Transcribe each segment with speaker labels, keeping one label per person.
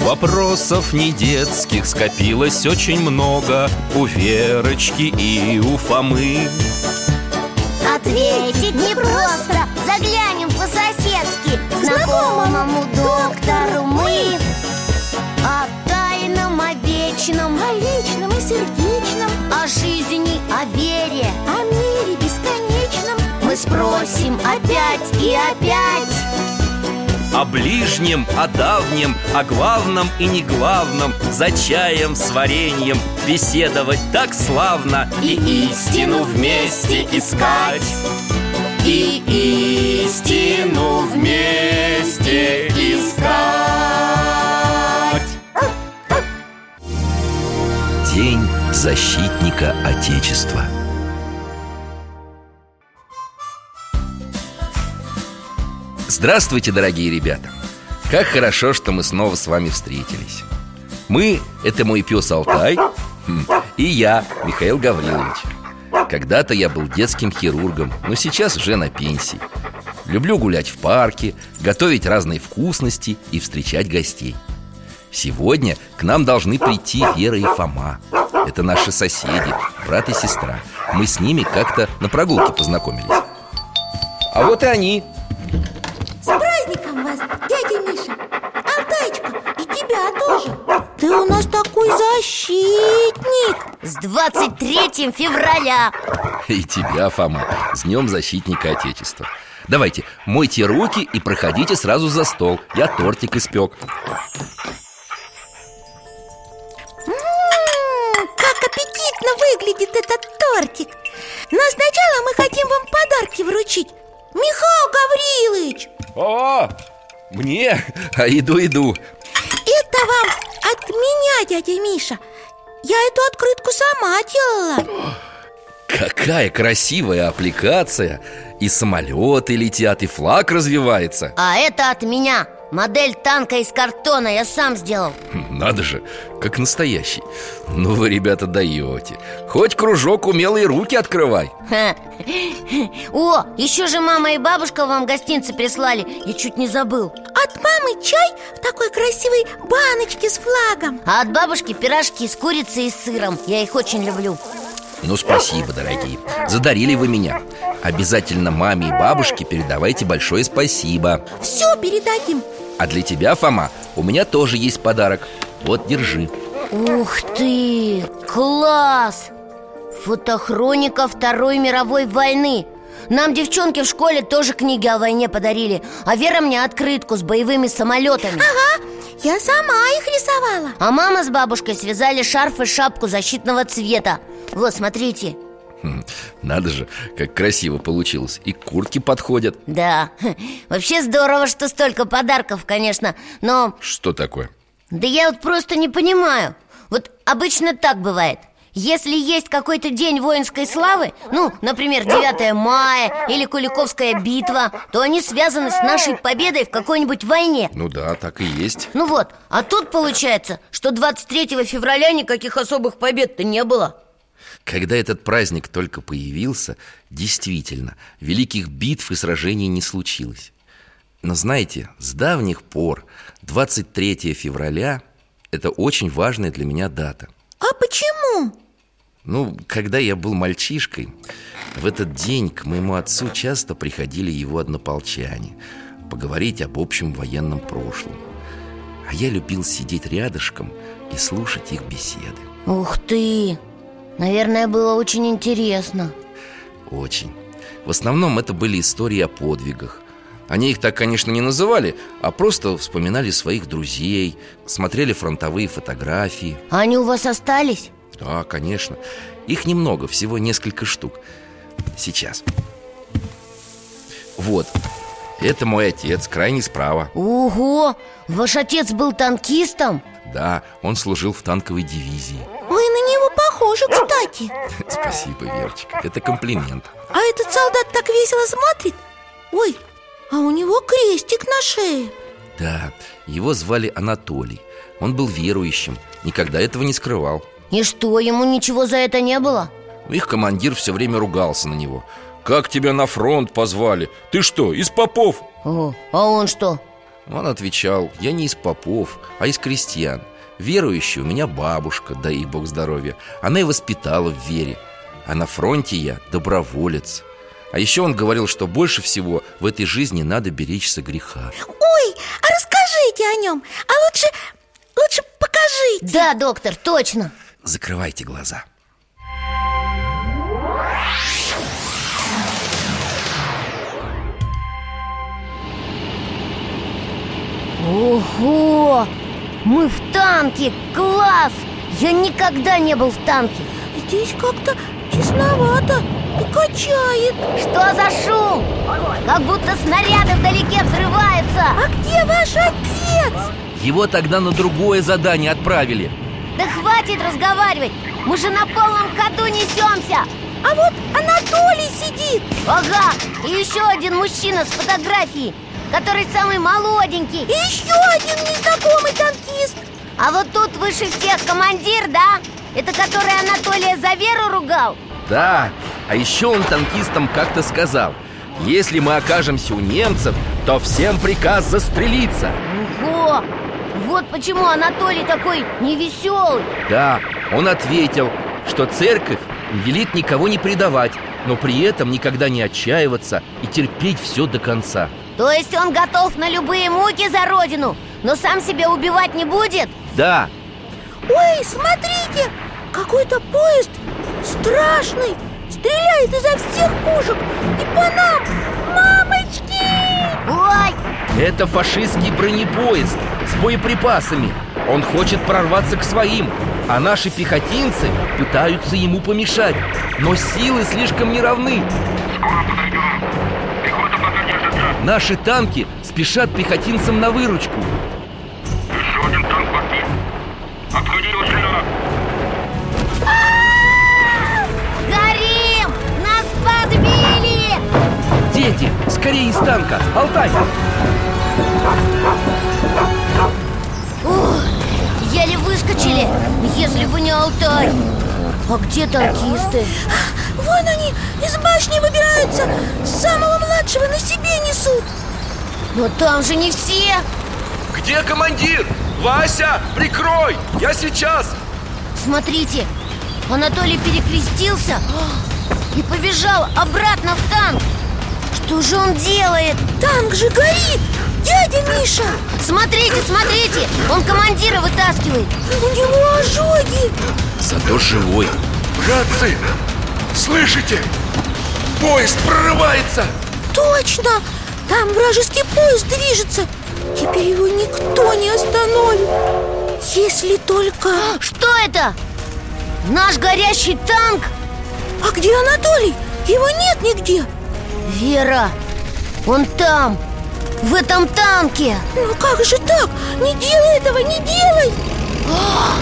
Speaker 1: Вопросов не детских скопилось очень много У Верочки и у Фомы
Speaker 2: Ответить непросто Заглянем по-соседски Знакомому доктору мы О тайном, о вечном
Speaker 3: О личном и сердечном
Speaker 2: О жизни, о вере
Speaker 3: О мире бесконечном
Speaker 2: Мы спросим опять и опять
Speaker 1: О ближнем, о давнем, о главном и не главном За чаем с вареньем беседовать так славно
Speaker 2: И истину вместе искать.
Speaker 1: И истину вместе искать День защитника Отечества Здравствуйте, дорогие ребята! Как хорошо, что мы снова с вами встретились Мы – это мой пес Алтай хм, и я, Михаил Гаврилович Когда-то я был детским хирургом, но сейчас уже на пенсии Люблю гулять в парке, готовить разные вкусности и встречать гостей Сегодня к нам должны прийти Вера и Фома Это наши соседи, брат и сестра Мы с ними как-то на прогулке познакомились А вот и они
Speaker 3: С праздником вас, дядя Миша Антаечка, и тебя тоже Ты у нас такой защитник
Speaker 2: С 23 февраля
Speaker 1: И тебя, Фома, с Днем Защитника Отечества Давайте, мойте руки и проходите сразу за стол Я тортик испек
Speaker 3: М, Как аппетитно выглядит этот тортик Но сначала мы хотим вам подарки вручить Михаил Гаврилович,
Speaker 1: О, мне? А иду, иду
Speaker 3: это вам от меня, дядя Миша Я эту открытку сама делала
Speaker 1: Какая красивая аппликация И самолеты летят, и флаг развивается
Speaker 2: А это от меня Модель танка из картона я сам сделал
Speaker 1: Хм, Надо же, как настоящий Ну вы, ребята, даете Хоть кружок умелые руки открывай
Speaker 2: Ха. О, еще же мама и бабушка вам гостинцы прислали Я чуть не забыл
Speaker 3: От мамы чай в такой красивой баночке с флагом
Speaker 2: А от бабушки пирожки с курицей и сыром Я их очень люблю
Speaker 1: Ну, спасибо, дорогие Задарили вы меня Обязательно маме и бабушке передавайте большое спасибо
Speaker 3: Все передадим
Speaker 1: А для тебя, Фома, у меня тоже есть подарок Вот, держи
Speaker 2: Ух ты, класс! Фотохроника Второй мировой войны Нам девчонки в школе тоже книги о войне подарили А Вера мне открытку с боевыми самолетами
Speaker 3: Ага, я сама их рисовала
Speaker 2: А мама с бабушкой связали шарф и шапку защитного цвета Вот, смотрите
Speaker 1: Хм, Надо же, как красиво получилось И куртки подходят
Speaker 2: Да, вообще здорово, что столько подарков, конечно Но,
Speaker 1: Что такое?
Speaker 2: да я вот просто не понимаю Вот обычно так бывает если есть какой-то день воинской славы, ну, например, 9 мая или Куликовская битва, то они связаны с нашей победой в какой-нибудь войне.
Speaker 1: Ну да, так и есть
Speaker 2: Ну вот, а тут получается, что 23 февраля никаких особых побед-то не было.
Speaker 1: Когда этот праздник только появился, действительно, великих битв и сражений не случилось. Но знаете, с давних пор 23 февраля – это очень важная для меня дата.
Speaker 3: А почему?
Speaker 1: Ну, когда я был мальчишкой, в этот день к моему отцу часто приходили его однополчане поговорить об общем военном прошлом. А я любил сидеть рядышком и слушать их беседы.
Speaker 2: Ух ты! Наверное, было очень интересно.
Speaker 1: Очень. В основном это были истории о подвигах. Они их так, конечно, не называли, а просто вспоминали своих друзей, смотрели фронтовые фотографии.
Speaker 2: А они у вас остались?
Speaker 1: Да, конечно. Их немного, всего несколько штук. Сейчас. Вот. Это мой отец, крайне справа.
Speaker 2: Ого! Ваш отец был танкистом?
Speaker 1: Да, он служил в танковой дивизии.
Speaker 3: Вы на него похожи, кстати
Speaker 1: Спасибо, Верочка. Это комплимент.
Speaker 3: А этот солдат так весело смотрит Ой, а у него крестик на шее
Speaker 1: Да, его звали Анатолий. Он был верующим, никогда этого не скрывал.
Speaker 2: И что, ему ничего за это не было?
Speaker 1: Их командир все время ругался на него Как тебя на фронт позвали? Ты что, из попов?
Speaker 2: О, а он что?
Speaker 1: Он отвечал, я не из попов, а из крестьян Верующая у меня бабушка, да и бог здоровья Она и воспитала в вере А на фронте я доброволец А еще он говорил, что больше всего в этой жизни надо беречься греха
Speaker 3: Ой, а расскажите о нем А лучше, лучше покажите
Speaker 2: Да, доктор, точно
Speaker 1: Закрывайте глаза
Speaker 2: Ого! Мы в танке! Класс! Я никогда не был в танке
Speaker 3: Здесь как-то тесновато и качает
Speaker 2: Что за шум? Как будто снаряды вдалеке взрываются
Speaker 3: А где ваш отец?
Speaker 1: Его тогда на другое задание отправили
Speaker 2: Да хватит разговаривать! Мы же на полном ходу несемся!
Speaker 3: А вот Анатолий сидит
Speaker 2: Ага! И еще один мужчина с фотографией, который самый молоденький
Speaker 3: И еще один незнакомый танкист
Speaker 2: А вот тут выше всех командир, да? Это который Анатолия за веру ругал?
Speaker 1: Да, а еще он танкистам как-то сказал Если мы окажемся у немцев, то всем приказ застрелиться
Speaker 2: Ого! Вот почему Анатолий такой невеселый
Speaker 1: Да, он ответил, что церковь велит никого не предавать Но при этом никогда не отчаиваться и терпеть все до конца
Speaker 2: То есть он готов на любые муки за родину, но сам себя убивать не будет?
Speaker 1: Да,
Speaker 3: Ой, смотрите, какой-то поезд страшный Стреляет изо всех пушек и по нам Мамочки!
Speaker 2: Ой,
Speaker 1: это фашистский бронепоезд с боеприпасами Он хочет прорваться к своим А наши пехотинцы пытаются ему помешать Но силы слишком неравны
Speaker 4: Пехота пока не ожидает.
Speaker 1: Наши танки спешат пехотинцам на выручку
Speaker 4: Еще один танк погиб. Обходи его, Шелера.
Speaker 2: горим! Нас подбили!
Speaker 1: Дети, скорее из танка! Алтай!
Speaker 2: Ух, еле выскочили, если бы не Алтай А где танкисты?
Speaker 3: Вон они из башни выбираются Самого младшего на себе несут
Speaker 2: Но там же не все
Speaker 1: Где командир? Вася, прикрой! Я сейчас!
Speaker 2: Смотрите, Анатолий перекрестился и побежал обратно в танк Что же он делает?
Speaker 3: Танк же горит! Дядя Миша!
Speaker 2: Смотрите, смотрите, он командира вытаскивает
Speaker 3: У него ожоги!
Speaker 1: Зато живой
Speaker 5: Братцы, слышите? Поезд прорывается!
Speaker 3: Точно! Там вражеский поезд движется! Теперь его никто не остановит! Если только...
Speaker 2: А, Что это? Наш горящий танк?
Speaker 3: А где Анатолий? Его нет нигде!
Speaker 2: Вера, он там, в этом танке
Speaker 3: Ну как же так? Не делай этого, не делай!
Speaker 2: А,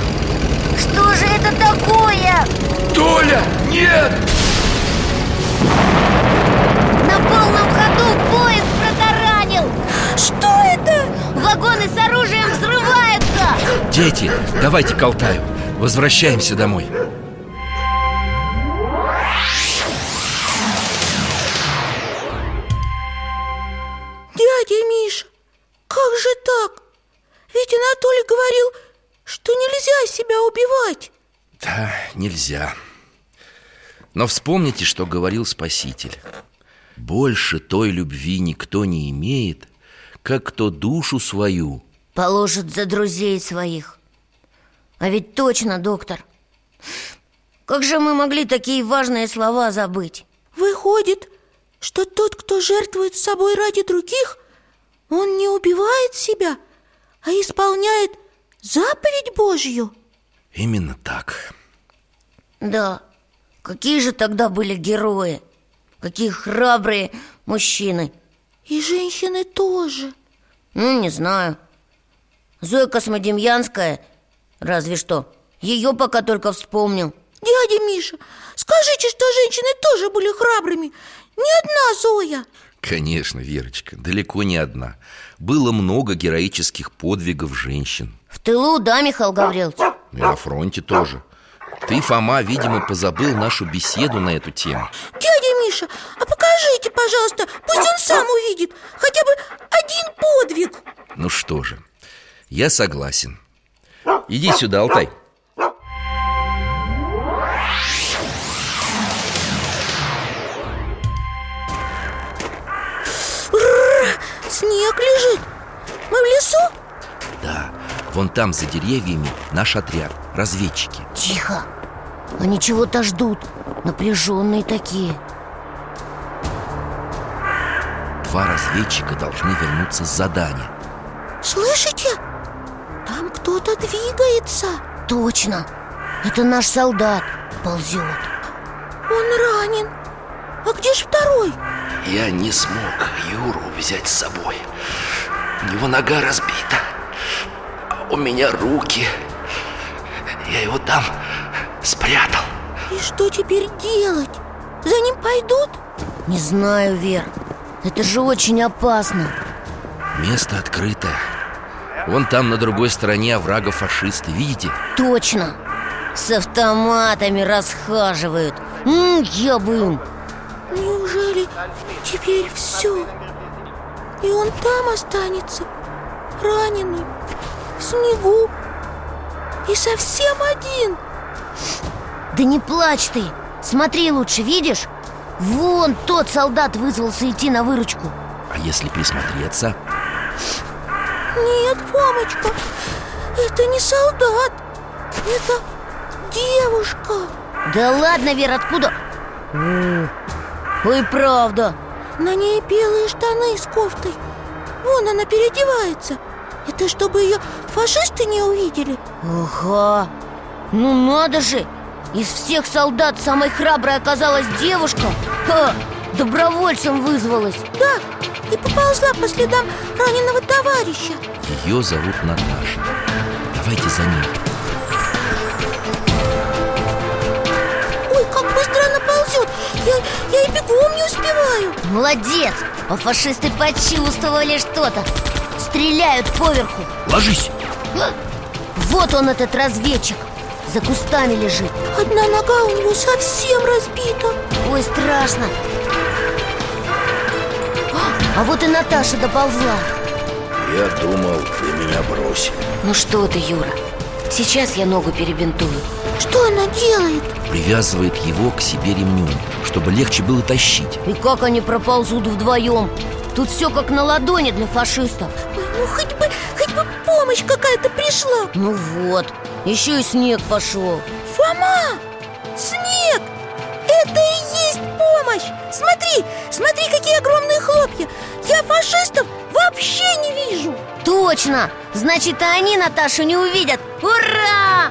Speaker 2: Что же это такое?
Speaker 5: Толя, нет!
Speaker 2: На полном ходу поезд протаранил
Speaker 3: Что это?
Speaker 2: Вагоны с оружием взрываются
Speaker 1: Дети, давайте к Алтаю Возвращаемся домой
Speaker 3: Дядя Миша, как же так? Ведь Анатолий говорил, что нельзя себя убивать
Speaker 1: Да, нельзя Но вспомните, что говорил Спаситель Больше той любви никто не имеет Как кто душу свою
Speaker 2: Положит за друзей своих А ведь точно, доктор Как же мы могли такие важные слова забыть?
Speaker 3: Выходит, что тот, кто жертвует собой ради других, он не убивает себя, а исполняет заповедь Божью.
Speaker 1: Именно так
Speaker 2: Да, какие же тогда были герои Какие храбрые мужчины
Speaker 3: И женщины тоже.
Speaker 2: Ну, не знаю Зоя Космодемьянская, разве что Ее пока только вспомнил
Speaker 3: Дядя Миша, скажите, что женщины тоже были храбрыми. Ни одна Зоя.
Speaker 1: Конечно, Верочка, далеко не одна Было много героических подвигов женщин
Speaker 2: В тылу, да, Михаил Гаврилович?
Speaker 1: И на фронте тоже Ты, Фома, видимо, позабыл нашу беседу на эту тему
Speaker 3: Дядя Миша, а покажите, пожалуйста, пусть он сам увидит хотя бы один подвиг.
Speaker 1: тоже Ну Я согласен Иди сюда, Алтай
Speaker 3: Снег лежит Мы в лесу?
Speaker 1: Да, вон там за деревьями наш отряд, разведчики
Speaker 2: Тихо Они чего-то ждут Напряженные такие
Speaker 1: Два разведчика должны вернуться с задания
Speaker 3: Слышите? Там кто-то двигается
Speaker 2: Точно Это наш солдат ползет
Speaker 3: Он ранен А где же второй?
Speaker 5: Я не смог Юру взять с собой. У него нога разбита. А у меня руки. Я его там спрятал.
Speaker 3: И что теперь делать? За ним пойдут?
Speaker 2: Не знаю, Вер Это же очень опасно
Speaker 1: Место открытое Вон там на другой стороне оврага фашисты, видите?
Speaker 2: Точно С автоматами расхаживают М, Я бы им
Speaker 3: Неужели теперь все? И он там останется, раненый, в снегу и совсем один.
Speaker 2: Да не плачь ты Смотри лучше, видишь? Вон тот солдат вызвался идти на выручку
Speaker 1: А если присмотреться?
Speaker 3: Нет, Фомочка, это не солдат, это девушка.
Speaker 2: Да ладно, Вер, откуда? М, Ой, правда
Speaker 3: На ней белые штаны с кофтой. Вон она переодевается. Это чтобы ее фашисты не увидели.
Speaker 2: Ага Ну надо же Из всех солдат самой храброй оказалась девушка Ха, Добровольцем вызвалась
Speaker 3: Да, и поползла по следам раненого товарища.
Speaker 1: Ее зовут Наташа Давайте за ней
Speaker 3: Ой, как быстро она ползет! Я, я и бегом не успеваю!
Speaker 2: Молодец! А фашисты почувствовали что-то Стреляют поверху
Speaker 1: Ложись!
Speaker 2: А! Вот он, этот разведчик За кустами лежит
Speaker 3: Одна нога у него совсем разбита
Speaker 2: Ой, страшно А, А вот и Наташа доползла
Speaker 6: Я думал, ты меня бросил.
Speaker 2: Ну что ты, Юра Сейчас я ногу перебинтую
Speaker 3: Что она делает?
Speaker 1: Привязывает его к себе ремнем, чтобы легче было тащить
Speaker 2: И как они проползут вдвоем? Тут все как на ладони для фашистов
Speaker 3: Ой, ну хоть бы, хоть бы помощь какая-то пришла
Speaker 2: Ну вот, еще и снег пошел
Speaker 3: Фома! Снег! Это и есть помощь! Смотри, смотри, какие огромные хлопья! Я фашистов вообще не вижу!
Speaker 2: Точно! Значит, и они Наташу не увидят Ура!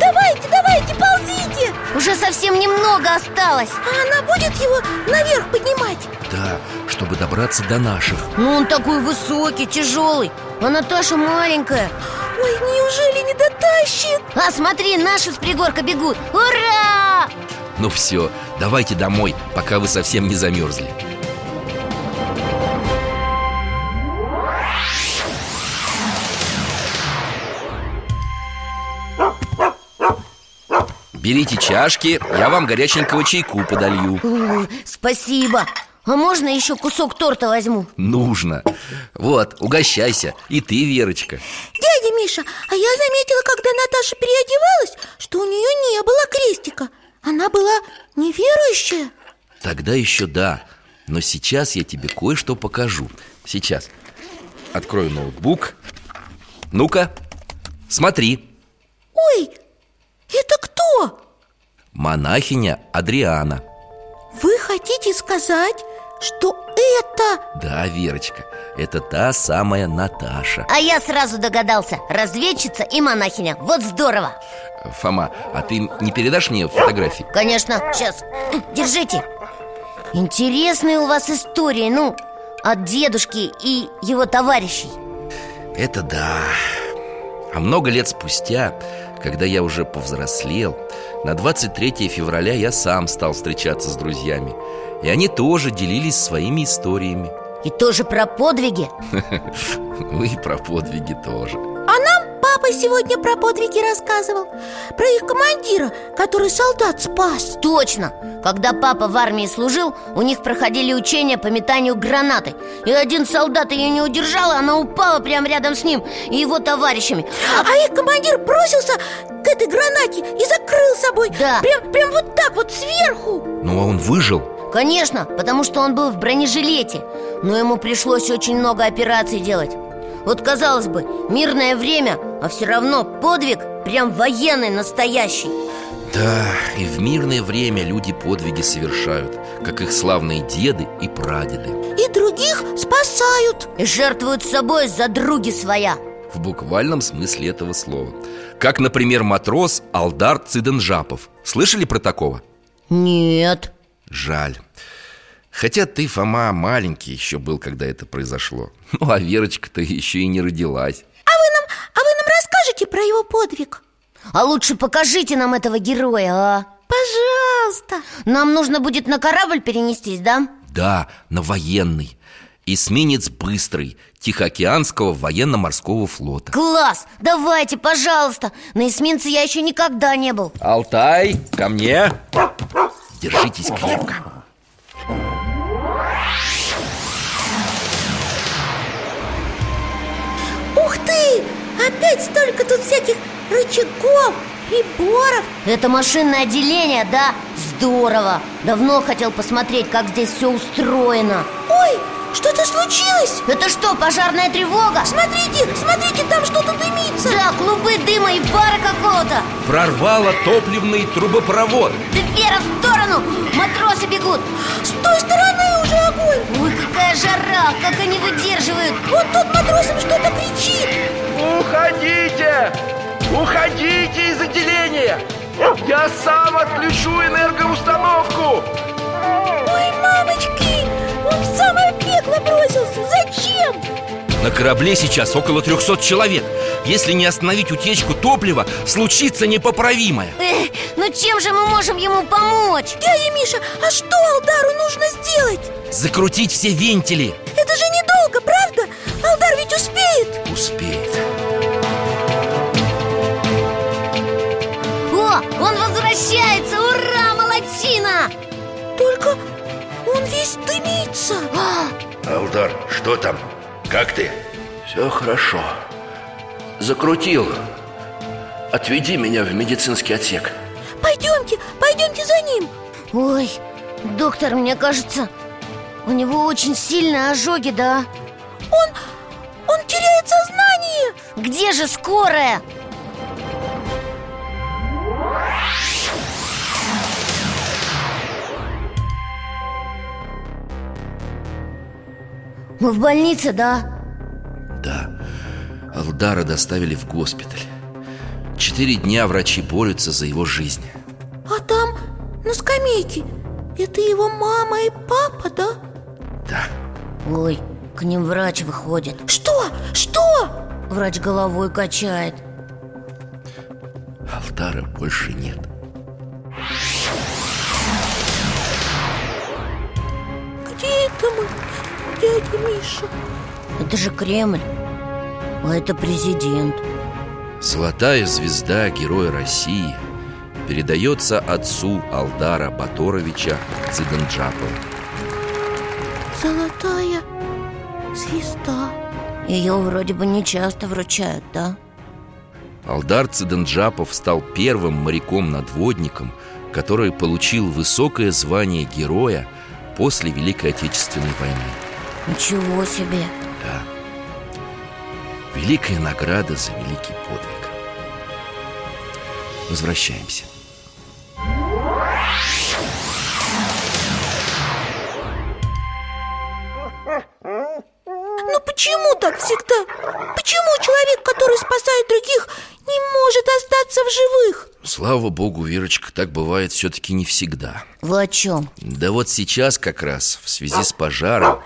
Speaker 3: Давайте, давайте, ползите!
Speaker 2: Уже совсем немного осталось
Speaker 3: А она будет его наверх поднимать?
Speaker 1: Да, чтобы добраться до наших
Speaker 2: Ну он такой высокий, тяжелый А Наташа маленькая
Speaker 3: Ой, неужели не дотащит?
Speaker 2: А смотри, наши с пригорка бегут Ура!
Speaker 1: Ну все, давайте домой, пока вы совсем не замерзли Берите чашки, я вам горяченького чайку подолью
Speaker 2: Ой, спасибо А можно еще кусок торта возьму?
Speaker 1: Нужно Вот, угощайся, и ты, Верочка
Speaker 3: Дядя Миша, а я заметила, когда Наташа переодевалась, что у нее не было крестика Она была неверующая
Speaker 1: Тогда еще да Но сейчас я тебе кое-что покажу Сейчас Открою ноутбук Ну-ка, смотри
Speaker 3: Ой, это кто?
Speaker 1: Монахиня Адриана
Speaker 3: Вы хотите сказать, что это...
Speaker 1: Да, Верочка, это та самая Наташа
Speaker 2: А я сразу догадался Разведчица и монахиня Вот здорово
Speaker 1: Фома, а ты не передашь мне фотографии?
Speaker 2: Конечно, сейчас Держите Интересные у вас истории, ну От дедушки и его товарищей
Speaker 1: Это да А много лет спустя, когда я уже повзрослел На 23 февраля я сам стал встречаться с друзьями И они тоже делились своими историями
Speaker 2: И тоже про подвиги
Speaker 1: Ну и про подвиги тоже
Speaker 3: А нам папа папа сегодня про подвиги рассказывал Про их командира, который солдат спас
Speaker 2: Точно! Когда папа в армии служил, у них проходили учения по метанию гранаты И один солдат ее не удержал, и она упала прямо рядом с ним и его товарищами
Speaker 3: А их командир бросился к этой гранате и закрыл собой
Speaker 2: Да.
Speaker 3: Прям, прям вот так вот сверху
Speaker 1: Ну а он выжил?
Speaker 2: Конечно, потому что он был в бронежилете Но ему пришлось очень много операций делать Вот, казалось бы, мирное время, а все равно подвиг прям военный настоящий
Speaker 1: Да, и в мирное время люди подвиги совершают Как их славные деды и прадеды
Speaker 3: И других спасают
Speaker 2: И жертвуют собой за други своя
Speaker 1: В буквальном смысле этого слова Как, например, матрос Алдар Циденжапов Слышали про такого?
Speaker 2: Нет
Speaker 1: Жаль Хотя ты, Фома, маленький еще был, когда это произошло Ну, а Верочка-то еще и не родилась
Speaker 3: А вы нам расскажете про его подвиг?
Speaker 2: А лучше покажите нам этого героя, а?
Speaker 3: Пожалуйста
Speaker 2: Нам нужно будет на корабль перенестись, да?
Speaker 1: Да, на военный Эсминец «Быстрый» Тихоокеанского военно-морского флота
Speaker 2: Класс! Давайте, пожалуйста! На эсминце я еще никогда не был
Speaker 1: Алтай, ко мне Держитесь крепко
Speaker 3: Ух ты! Опять столько тут всяких рычагов, приборов
Speaker 2: Это машинное отделение, да? Здорово! Давно хотел посмотреть, как здесь все устроено
Speaker 3: Ой, что-то случилось!
Speaker 2: Это что, пожарная тревога?
Speaker 3: Смотрите, смотрите, там что-то дымится
Speaker 2: Да, клубы дыма и пара какого-то
Speaker 1: Прорвало топливный трубопровод
Speaker 2: Да вера в сторону! Матросы бегут!
Speaker 3: С той стороны уже огонь
Speaker 2: Ой, какая жара! Как они выдерживают!
Speaker 3: Вот тот матросом что-то кричит
Speaker 7: Уходите! Уходите из отделения! Я сам отключу энергоустановку!
Speaker 3: Ой, мамочки, он в самое пекло бросился Зачем?
Speaker 1: На корабле сейчас около 300 человек Если не остановить утечку топлива, случится непоправимое
Speaker 2: Эх, ну чем же мы можем ему помочь?
Speaker 3: Дядя Миша, а что Алдару нужно сделать?
Speaker 1: Закрутить все вентили
Speaker 3: Это же недолго, правда? Алдар ведь успеет
Speaker 1: Успеет
Speaker 2: О, он возвращается! Ура, молодчина!
Speaker 3: Только он весь дымится
Speaker 2: А,
Speaker 5: Алдар, что там? Как ты? Все хорошо Закрутил Отведи меня в медицинский отсек
Speaker 3: Пойдемте, пойдемте за ним
Speaker 2: Ой, доктор, мне кажется, у него очень сильные ожоги, да?
Speaker 3: Он, он теряет сознание
Speaker 2: Где же скорая? Мы в больнице, да?
Speaker 1: Да, Алдара доставили в госпиталь Четыре дня врачи борются за его жизнь
Speaker 3: А там на скамейке Это его мама и папа, да?
Speaker 1: Да,
Speaker 2: Ой, к ним врач выходит
Speaker 3: Что? Что?
Speaker 2: Врач головой качает
Speaker 1: Алдара больше нет
Speaker 3: Где это мы, дядя Миша?
Speaker 2: Это же Кремль А это президент
Speaker 1: Золотая звезда Героя России передается отцу Алдара Баторовича Цыганджапова.
Speaker 3: Золотая звезда
Speaker 2: Ее вроде бы не часто вручают, да?
Speaker 1: Алдар Цыганджапов стал первым моряком-надводником, который получил высокое звание героя после Великой Отечественной войны.
Speaker 2: Ничего себе
Speaker 1: Да. Великая награда за великий подвиг. Возвращаемся.
Speaker 3: Ну почему так всегда? Почему человек, который спасает других, не может остаться в живых?
Speaker 1: Слава богу, Верочка, так бывает все-таки не всегда.
Speaker 2: Вы о чем?
Speaker 1: Да вот сейчас как раз в связи с пожаром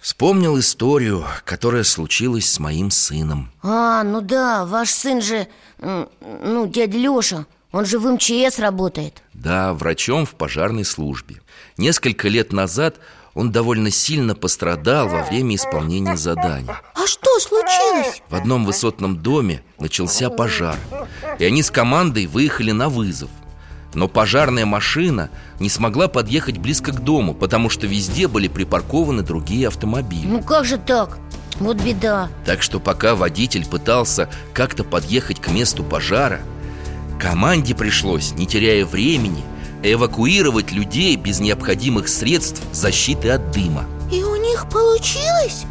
Speaker 1: вспомнил историю, которая случилась с моим сыном.
Speaker 2: А, ну да, ваш сын же, м, ну, дядя Леша Он же в МЧС работает
Speaker 1: Да, врачом в пожарной службе. Несколько лет назад он довольно сильно пострадал во время исполнения задания.
Speaker 3: А что случилось?
Speaker 1: В одном высотном доме начался пожар, и они с командой выехали на вызов. Но пожарная машина не смогла подъехать близко к дому, потому что везде были припаркованы другие автомобили.
Speaker 2: Ну как же так? Вот беда
Speaker 1: Так что пока водитель пытался как-то подъехать к месту пожара, команде пришлось, не теряя времени, эвакуировать людей без необходимых средств защиты от дыма.
Speaker 3: И у них получилось?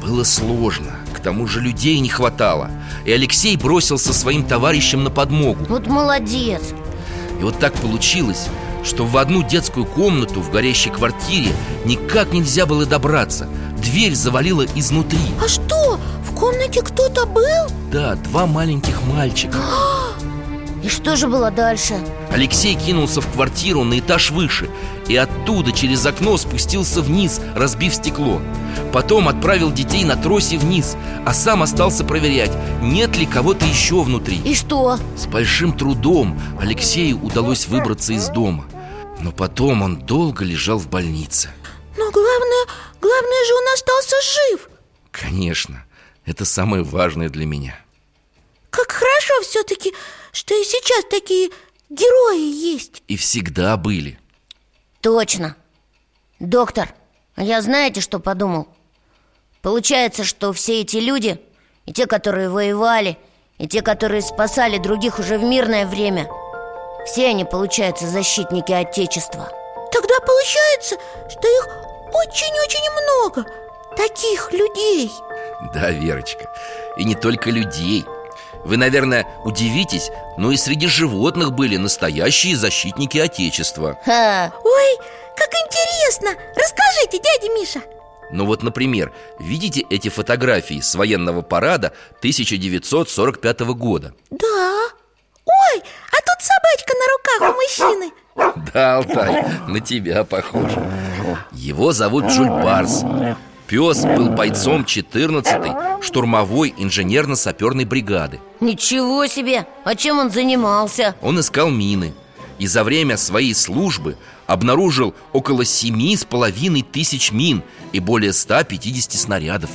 Speaker 1: Было сложно, к тому же людей не хватало, и Алексей бросился своим товарищам на подмогу.
Speaker 2: Вот молодец
Speaker 1: И вот так получилось, что в одну детскую комнату в горящей квартире никак нельзя было добраться. Дверь завалила изнутри.
Speaker 3: А что, в комнате кто-то был?
Speaker 1: Да, два маленьких мальчика.
Speaker 2: И что же было дальше?
Speaker 1: Алексей кинулся в квартиру на этаж выше и оттуда через окно спустился вниз, разбив стекло. Потом отправил детей на тросе вниз, а сам остался проверять, нет ли кого-то еще внутри.
Speaker 2: И что?
Speaker 1: С большим трудом Алексею удалось выбраться из дома. Но потом он долго лежал в больнице.
Speaker 3: Но главное, главное же он остался жив
Speaker 1: Конечно, это самое важное для меня.
Speaker 3: Как хорошо все-таки, что и сейчас такие герои есть
Speaker 1: И всегда были.
Speaker 2: Точно Доктор, а я знаете, что подумал? Получается, что все эти люди И те, которые воевали И те, которые спасали других уже в мирное время Все они, получается, защитники Отечества
Speaker 3: Тогда получается, что их очень-очень много Таких людей
Speaker 1: Да, Верочка. И не только людей. Вы, наверное, удивитесь, но и среди животных были настоящие защитники Отечества.
Speaker 2: Ха,
Speaker 3: Ой, как интересно! Расскажите, дядя Миша
Speaker 1: Ну вот, например, видите эти фотографии с военного парада 1945 года?
Speaker 3: Да Ой, а тут собачка на руках у мужчины
Speaker 1: Да, Алтай, на тебя похоже Его зовут Джуль Барс Пес был бойцом 14-й штурмовой инженерно-саперной бригады
Speaker 2: ничего себе! А чем он занимался?
Speaker 1: Он искал мины И за время своей службы обнаружил около семи с половиной тысяч мин И более 150 снарядов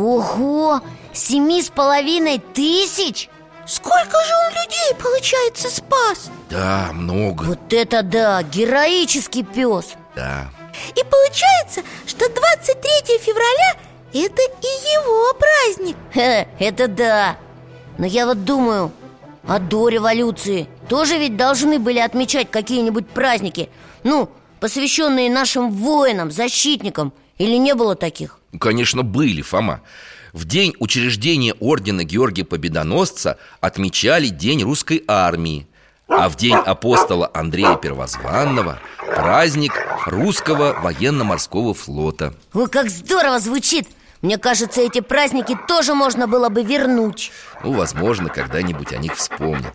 Speaker 2: Ого! Семи с половиной тысяч?
Speaker 3: Сколько же он людей, получается, спас?
Speaker 1: Да, много,
Speaker 2: Вот это да! Героический пес!
Speaker 1: да
Speaker 3: И получается, что 23 февраля это и его праздник
Speaker 2: Хе, это да Но я вот думаю, а до революции тоже ведь должны были отмечать какие-нибудь праздники Ну, посвященные нашим воинам, защитникам Или не было таких?
Speaker 1: Ну, Конечно, были, Фома В день учреждения ордена Георгия Победоносца отмечали День русской армии А в день апостола Андрея Первозванного праздник русского военно-морского флота
Speaker 2: Ой, как здорово звучит! Мне кажется, эти праздники тоже можно было бы вернуть
Speaker 1: Ну, возможно, когда-нибудь о них вспомнят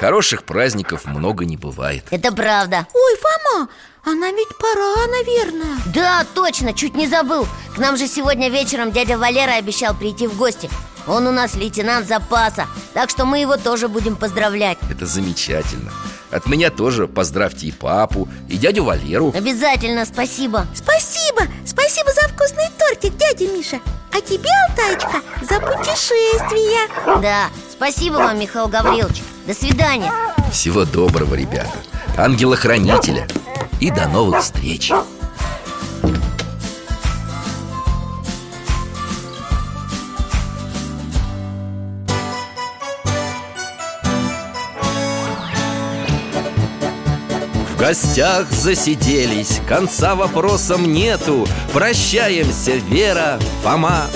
Speaker 1: Хороших праздников много не бывает
Speaker 2: Это правда
Speaker 3: Ой, Фома, а нам ведь пора, наверное
Speaker 2: Да, точно, чуть не забыл К нам же сегодня вечером дядя Валера обещал прийти в гости Он у нас лейтенант запаса Так что мы его тоже будем поздравлять
Speaker 1: Это замечательно От меня тоже поздравьте и папу, и дядю Валеру
Speaker 2: Обязательно, спасибо
Speaker 3: Спасибо, спасибо за вкусный тортик, дядя Миша А тебе, Алтаечка, за путешествие
Speaker 2: Да, спасибо вам, Михаил Гаврилович До свидания
Speaker 1: Всего доброго, ребята Ангела-хранителя И до новых встреч В гостях засиделись, конца вопросам нету Прощаемся, Вера, Фома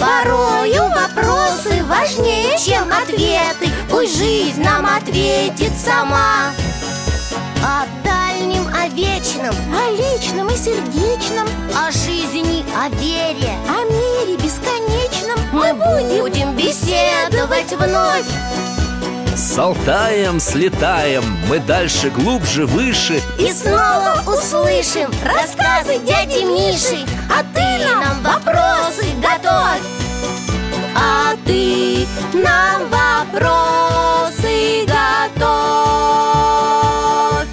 Speaker 2: Порою вопросы важнее, чем ответы Пусть жизнь нам ответит сама О дальнем, о вечном,
Speaker 3: О личном и сердечном,
Speaker 2: о жизни, о вере
Speaker 3: о мире бесконечном
Speaker 2: Мы будем беседовать вновь
Speaker 1: С Алтаем слетаем, мы дальше, глубже, выше
Speaker 2: И снова услышим рассказы дяди Миши А ты нам вопросы готовь А ты нам вопросы готовь